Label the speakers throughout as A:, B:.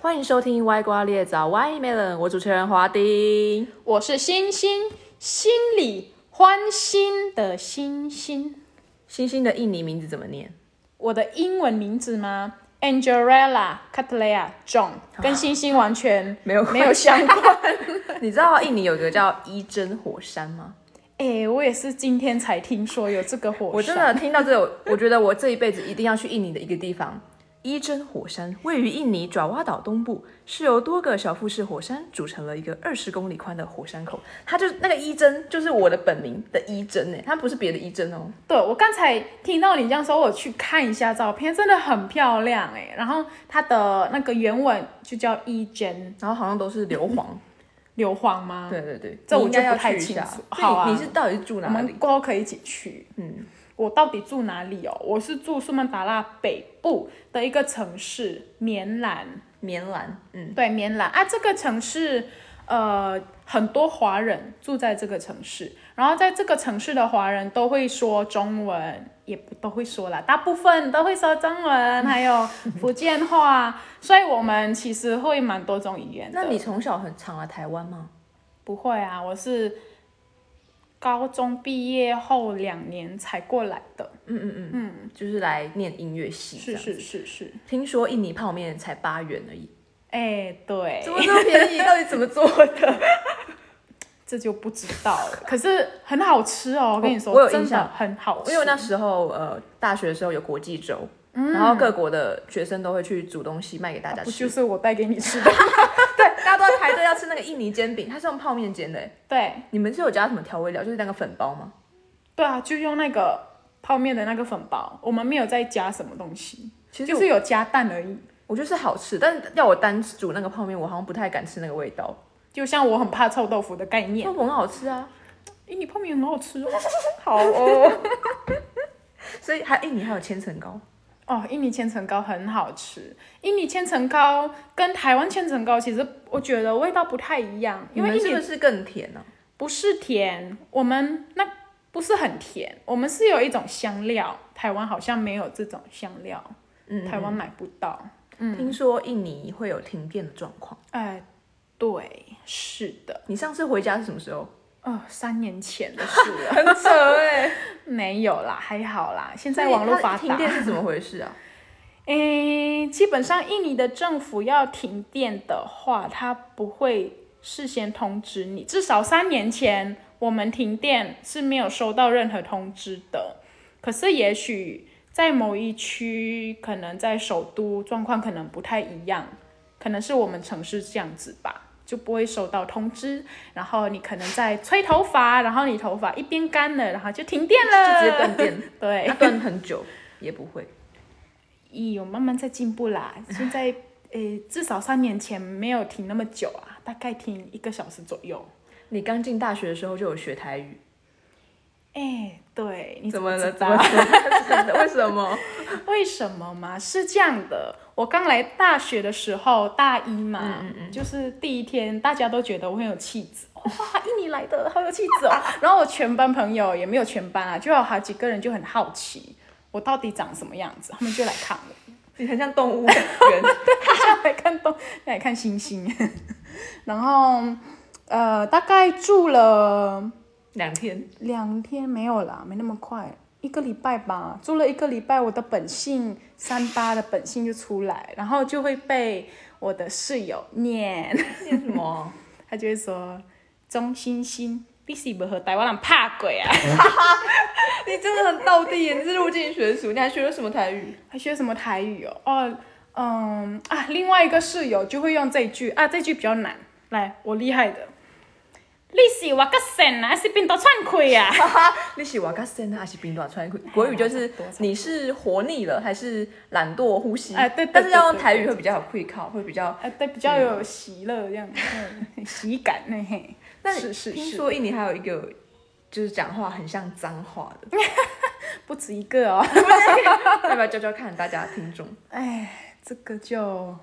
A: 欢迎收听《歪瓜裂枣 y Melon》，我主持人华丁。
B: 我是星星，心里欢欣的星星。
A: 星星的印尼名字怎么念？
B: 我的英文名字吗？Angelella Catalea John，跟星星完全
A: 啊 没有关
B: 没有
A: 系
B: 相关。
A: 你知道印尼有个叫伊真火山吗？
B: 哎、我也是今天才听说有这个火山。
A: 我真的听到这个，我觉得我这一辈子一定要去印尼的一个地方。伊真火山位于印尼爪哇岛东部，是由多个小富士火山组成了一个二十公里宽的火山口。它就是那个伊真，就是我的本名的伊真哎，它不是别的伊真哦。
B: 对我刚才听到你这样说，我去看一下照片，真的很漂亮哎、然后它的那个原文就叫一针
A: 然后好像都是硫 磺。
B: 硫磺吗？，
A: 对对对，
B: 这我
A: 嗯你应该
B: 就
A: 要
B: 不太
A: 去一
B: 清
A: 下
B: 楚
A: 所以
B: 好啊
A: 你是到底是住
B: 我
A: 哪
B: 们
A: 里？
B: 过后可以一起去。
A: 嗯，
B: 我到底住哪里哦？我是住苏门答腊北部的一个城市棉兰，
A: 棉兰，嗯，
B: 对棉兰啊，这个城市呃很多华人住在这个城市，然后在这个城市的华人都会说中文，也不都会说啦，大部分都会说中 文，还有福建话，所以我们其实会蛮多种语言的。
A: 那你从小很常来台湾吗？
B: 不会啊？我是高中毕业后两年才过来的，
A: 嗯，就是来念音乐系。
B: 是。是是是，
A: 听说印尼泡面才八元而已，
B: 哎，对，
A: 怎么这么便宜？ 到底怎么做的？
B: 这就不知道了。可是很好吃哦，我跟你说，
A: 我有印
B: 真的
A: 象
B: 很好吃。
A: 因为那时候呃，大学的时候有国际周，然后各国的学生都会去煮东西卖给大家
B: 不
A: 吃
B: 就，是我带给你吃的？
A: 对，啊大家都在排队要吃那个印尼煎饼，它是用泡面煎的欸。
B: 对
A: 你们是有加什么调味料？就是那个粉包吗？
B: 对啊，就用那个泡面的那个粉包，我们没有再加什么东西，
A: 其实
B: 就
A: 我
B: 是有加蛋而已。
A: 我觉得是好吃，但是要我单煮那个泡面，我好像不太敢吃那个味道。
B: 就像我很怕臭豆腐的概念，
A: 那很好吃啊，
B: 诶，你泡面很好吃哦。
A: 好哦。所以还印尼还有千层糕，
B: 哦，印尼千层糕很好吃。印尼千层糕跟台湾千层糕其实我觉得味道不太一样，因
A: 你
B: 为印
A: 们
B: 尼
A: 是不是更甜呢、啊
B: 不是甜，我们那不是很甜，我们是有一种香料，台湾好像没有这种香料，
A: 嗯
B: 台湾买不到。嗯
A: 听说印尼会有停电的状况，
B: 哎、对，是的，
A: 你上次回家是什么时候？
B: 哦，三年前的事了，
A: 很扯哎、
B: 没有啦，还好啦， 现在网络发
A: 停
B: 达。
A: 电是怎么回事 啊？
B: 诶，基本上印尼的政府要停电的话，它不会事先通知你。至少三年前我们停电是没有收到任何通知的。可是也许在某一区，可能在首都状况可能不太一样，可能是我们城市这样子吧，就不会收到通知。然后你可能在吹头发，然后你头发一边干了，然后就停电
A: 就直接
B: 了。
A: 断电，
B: 对
A: 那。断很久也不会。
B: 咦，有慢慢在进步啦。现在，呃，至少三年前没有停那么久啊，大概停一个小时左右。
A: 你刚进大学的时候就有学台语，
B: 哎，对，你
A: 怎
B: 么
A: 么了？
B: 知
A: 怎么
B: 道？
A: 了？ 真的为什么？
B: 为什么嘛？是这样的，我刚来大学的时候，大一嘛，
A: 嗯
B: 就是第一天，大家都觉得我很有气质， 哇，印尼来的好有气质哦。然后我全班朋友也没有全班啊，就有好几个人就很好奇我到底长什么样子，他们就来看我。
A: 你很像动物园，
B: 就来看东，来看星星。 然后，呃，大概住了
A: 两天
B: 两天没有啦，没那么快，一个礼拜吧。住了一个礼拜，我的本性三八的本性就出来，然后就会被我的室友念， 啊
A: 念什么？
B: 他就会说：“钟欣欣，你是不和台湾人怕鬼啊？”
A: 你真的很到地耶，你是入境学术，你还学了什么台语？
B: 还学什么台语哦？哦，嗯啊，另外一个室友就会用这一句啊，这句比较难。来，我厉害的，你是我个神啊，还是边度串开呀、啊？
A: 你是瓦嘎森还是冰短川？国语就是
B: 哎多少
A: 你是活腻了还是懒惰呼吸？
B: 哎对对
A: 但是要用
B: 对对
A: 台语会比较有 quick 靠，会比较。
B: 啊，对，比较有喜乐这样， 嗯喜感那嘿。
A: 那
B: 是是
A: 听
B: 是，
A: 说印尼还有一个就是讲话很像脏话 的，
B: 不止一个哦。
A: 要不要教教看大家听众？
B: 哎，这个就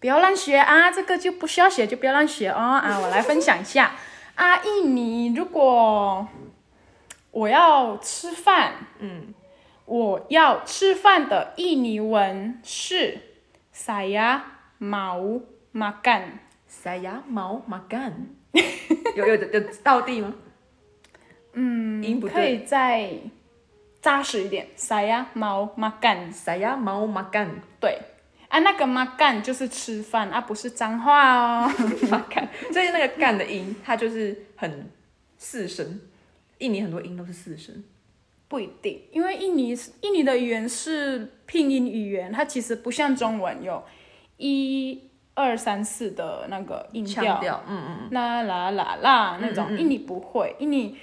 B: 不要乱学啊，这个就不需要学，就不要乱学哦啊！我来分享一下啊，印尼如果我要吃饭，嗯，我要吃饭的印尼文是 saya mau makan。
A: 塞牙毛马干， 有有有到地吗？嗯，音不
B: 可
A: 对。
B: 以再扎实一点，saya mau makan。
A: 塞牙毛马干，
B: 对，啊，那个 makan 就是吃饭啊，不是脏话哦。
A: 马干， 所以那个干的音，它就是很四声。印尼很多音都是四声，
B: 不一定，因为印尼是印尼的语言是拼音语言，它其实不像中文有一二三四的那个音
A: 腔
B: 调，
A: 调，嗯，
B: 啦啦啦啦那种。印尼不会，印尼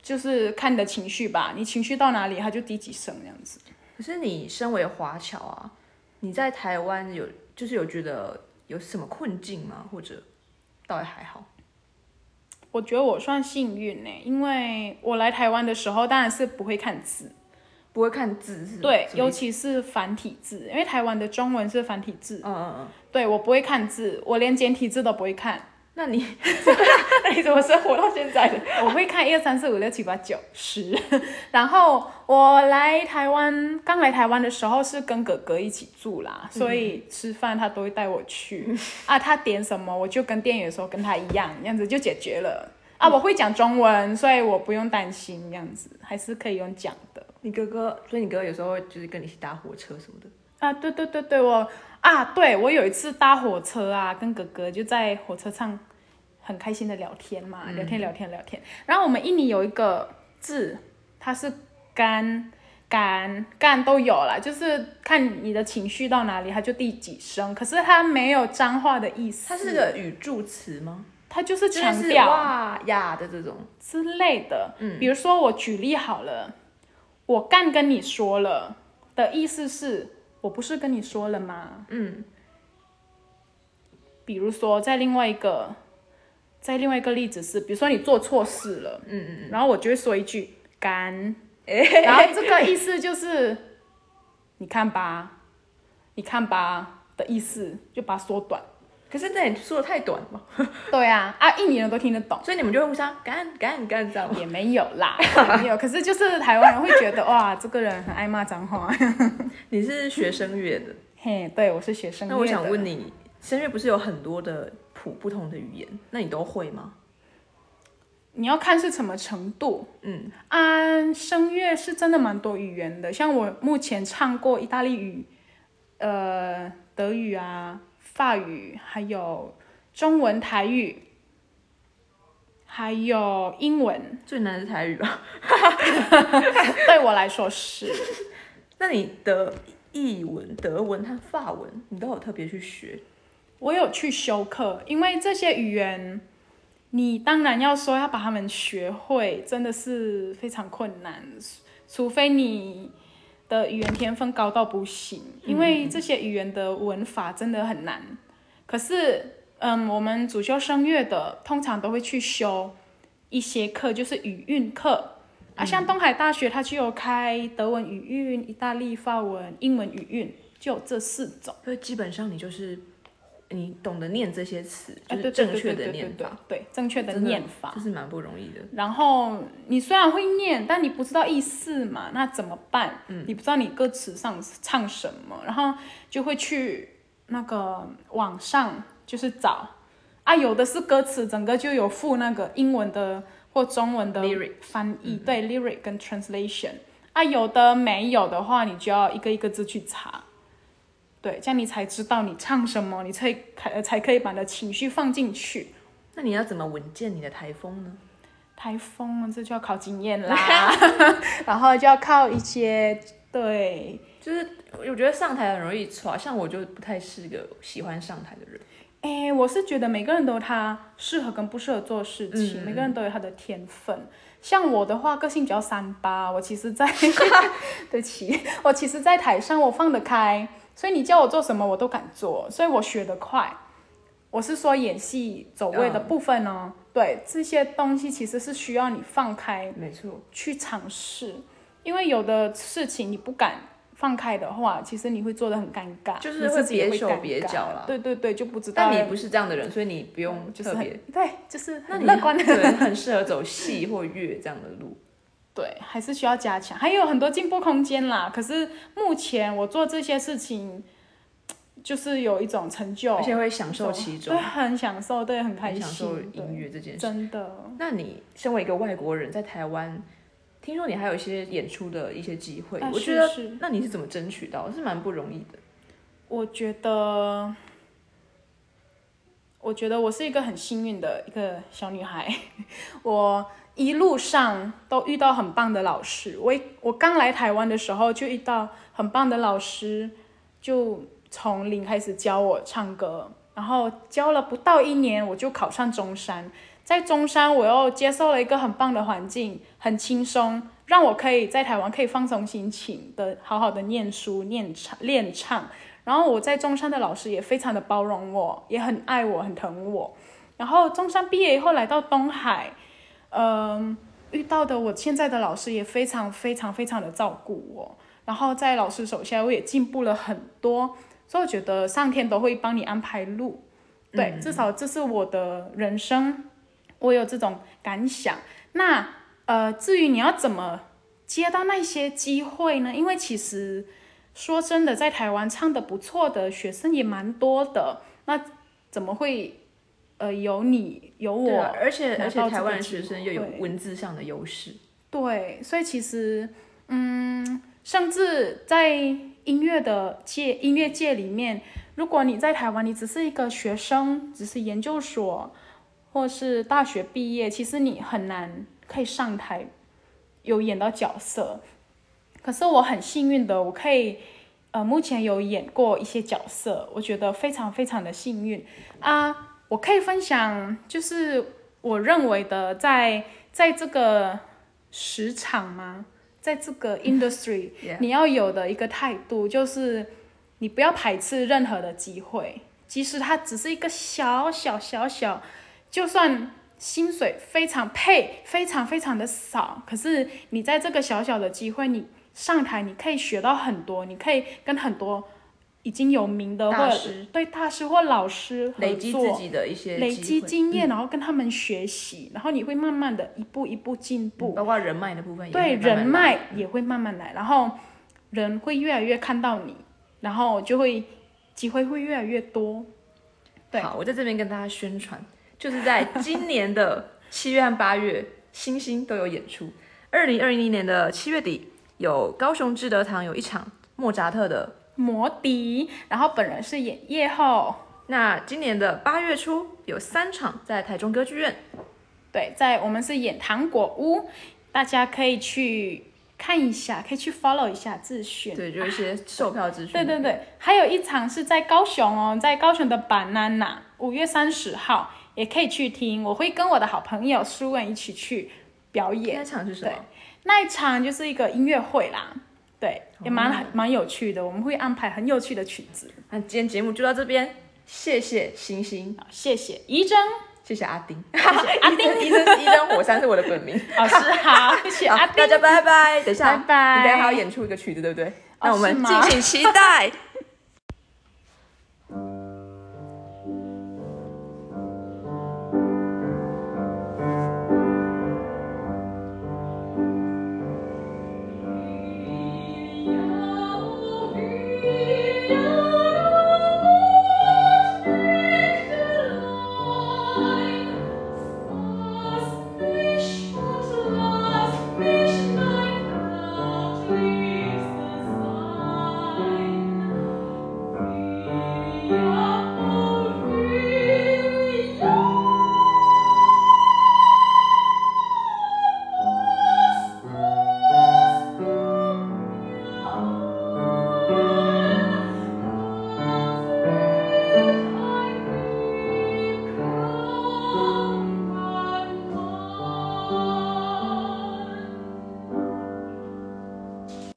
B: 就是看你的情绪吧，你情绪到哪里，它就第几声这样子。
A: 可是你身为华侨啊，你在台湾有就是有觉得有什么困境吗？或者倒也还好，
B: 我觉得我算幸运呢、欸因为我来台湾的时候当然是不会看字，
A: 不会看字是？
B: 对，
A: 什么
B: 尤
A: 意思
B: 其是繁体字，因为台湾的中文是繁体字，
A: 嗯嗯
B: 对我不会看字，我连简体字都不会看。
A: 嗯，那你 那你怎么生活到现在的？
B: 我会看一二三四五六七八九十， 然后我来台湾，刚来台湾的时候是跟哥哥一起住啦，所以吃饭他都会带我去、啊，他点什么我就跟店员说跟他一样，这样子就解决了啊。我会讲中文，所以我不用担心这样子，还是可以用讲的
A: 你哥哥，所以你哥哥有时候会就是跟你一起搭火车什么的。
B: 啊。对对对对，我啊，对我有一次搭火车啊，跟哥哥就在火车上很开心的聊天嘛，聊
A: 嗯
B: 天聊天聊天。然后我们印尼有一个字，它是干干干都有啦，就是看你的情绪到哪里，它就第几声。可是它没有脏话的意思，
A: 它是个语助词吗？
B: 它就是
A: 真
B: 强
A: 的是
B: 调
A: 哇呀的这种，
B: 之类的。比如说我举例好了，我干跟你说了的意思是我不是跟你说了吗？嗯。比如说，在另外一个，在另外一个例子是，比如说你做错事了，嗯嗯，然后我就会说一句“干”，然后这个意思就是你看吧，你看吧的意思，就把它缩短。
A: 可是那你说的太短了吧，
B: 对啊，啊，印尼人都听得懂。
A: 所以你们就会互相干干干这样 吗。
B: 也没有啦，也没有。可是就是台湾人会觉 得哇，这个人很爱骂脏话。
A: 你是学声乐 的，
B: 嘿，对我是学生。
A: 那我想，问你，声乐不是有很多的谱不同的语言，那你都会吗？
B: 你要看是什么程度。
A: 嗯，
B: 啊，声乐是真的蛮多语言的，像我目前唱过意大利语、呃德语啊、法语，还有中文、台语，还有英文。
A: 最难是台语吧？
B: 对我来说是。
A: 那你的译文、德文和法文，你都有特别去学？
B: 我有去修课，因为这些语言，你当然要说要把它们学会，真的是非常困难，除非你的语言天分高到不行，因为这些语言的文法真的很难。可是，嗯，我们主修声乐的通常都会去修一些课，就是语韵课。啊，像东海大学，它就有开德文语韵、意大利法文、英文语韵，就有这四种。
A: 所以基本上你就是你懂得念这些词，就
B: 啊对
A: 是
B: 对
A: 正
B: 对
A: 确
B: 对
A: 的
B: 对
A: 念
B: 对
A: 法，
B: 对正确的
A: 真的
B: 念法
A: 这。是蛮不容易的。
B: 然后你虽然会念，但你不知道意思嘛，那怎么办？
A: 嗯
B: 你不知道你歌词上唱什么，然后就会去那个网上就是找啊，有的是歌词整个就有附那个英文的或中文的
A: Lyric 嗯
B: 翻译，对 lyric 跟 translation 啊，有的没有的话，你就要一个一个字去查。对，这样你才知道你唱什么，你才才才可以把你的情绪放进去。
A: 那你要怎么稳健你的台风呢？
B: 台风这就要靠经验啦，然后就要靠一些对，
A: 就是我觉得上台很容易耍，像我就不太是个喜欢上台的人。
B: 哎，我是觉得每个人都有他适合跟不适合做的事情，
A: 嗯
B: 每个人都有他的天分。像我的话，个性比较三八，我其实在，对不起，我其实在台上我放得开，所以你叫我做什么我都敢做，所以我学得快。我是说演戏走位的部分哦，对这些东西其实是需要你放开
A: 没错，
B: 去尝试，因为有的事情你不敢放开的话，其实你会做的很尴尬，
A: 就是
B: 你
A: 会
B: 自己也
A: 别手
B: 尴尬
A: 别脚啦
B: 对对对，就不知道哎
A: 但你不是这样的人，所以你不用
B: 就是
A: 特别。
B: 很对，就是
A: 那
B: 很
A: 你
B: 乐观的。
A: 对很适合走戏或乐这样的路。
B: 对，还是需要加强，还有很多进步空间啦。可是目前我做这些事情，就是有一种成就，
A: 而且会享受其中
B: 对，，很享受，对，很开
A: 很
B: 心，
A: 享受音
B: 对，
A: 乐这件事。
B: 真的。
A: 那你身为一个外国人，在台湾，听说你还有一些演出的一些机会，
B: 啊
A: 我
B: 是
A: 觉得
B: 是
A: 那你是怎么争取到？是蛮不容易的。
B: 我觉得，我觉得我是一个很幸运的一个小女孩。 我一路上都遇到很棒的老师。我一我刚来台湾的时候就遇到很棒的老师，就从零开始教我唱歌，然后教了不到一年，我就考上中山。在中山，我又接受了一个很棒的环境，很轻松，让我可以在台湾可以放松心情的，好好的念书、念唱、练唱。然后我在中山的老师也非常的包容我，也很爱我，很疼我。然后中山毕业以后来到东海，嗯、遇到的我现在的老师也非常非常非常的照顾我。然后在老师手下，我也进步了很多，所以我觉得上天都会帮你安排路。对，至少这是我的人生，我有这种感想。那呃，至于你要怎么接到那些机会呢？因为其实说真的，在台湾唱的不错的学生也蛮多的，那怎么会呃有你有我
A: 对啊，而且
B: 拿
A: 而且
B: 到这
A: 台
B: 个
A: 湾
B: 机
A: 学生又有
B: 会
A: 文字上的优势，
B: 对，所以其实，嗯，甚至在音乐的界、音乐界里面，如果你在台湾，你只是一个学生，只是研究所或是大学毕业，其实你很难可以上台有演到角色。可是我很幸运的，我可以，呃，目前有演过一些角色，我觉得非常非常的幸运啊！我可以分享，就是我认为的在在这个市场吗？在这 个 industry，、
A: Yeah
B: 你要有的一个态度就是，你不要排斥任何的机会，即使它只是一个小小小小，就算薪水非常配非常非常的少，可是你在这个小小的机会，你上台你可以学到很多，你可以跟很多已经有名的
A: 大
B: 或
A: 师
B: 对大师或老师合作，
A: 累积自己的一些
B: 累积
A: 机会，嗯
B: 经验，然后跟他们学习，然后你会慢慢的一步一步进
A: 嗯
B: 步。
A: 包括人脉的部分也会
B: 对
A: 慢慢
B: 人
A: 来
B: 脉也会慢慢来，然后人会越来越看到你，然后就会机会会越来越多。对
A: 好，我在这边跟大家宣传，就是在今年的七月和八月，星星都有演出。二零二一年的七月底，有高雄志德堂有一场莫扎特的。
B: 摩笛，然后本人是演夜后，
A: 那今年的八月初有三场在台中歌剧院，
B: 对，在我们是演糖果屋，大家可以去看一下，可以去 follow 一下自选。
A: 对，就有一些售票资讯。
B: 对对对，还有一场是在高雄哦，在高雄的板南呐，五月三十号也可以去听，我会跟我的好朋友舒文一起去表演。
A: 那场是什么？
B: 那一场就是一个音乐会啦，对，也蛮蛮有趣的。我们会安排很有趣的曲子。
A: 那今天节目就到这边，谢谢星星，
B: 好，谢谢怡珍，
A: 谢谢阿 丁，
B: 阿丁，
A: 医生医生火山是我的本名。
B: 老师好，谢谢
A: 好
B: 阿
A: 大
B: 丁。
A: 家拜拜。等一下，
B: 拜拜哦
A: 你等一下还要演出一个曲子，对不对？那我们
B: 是吗
A: 敬请期待。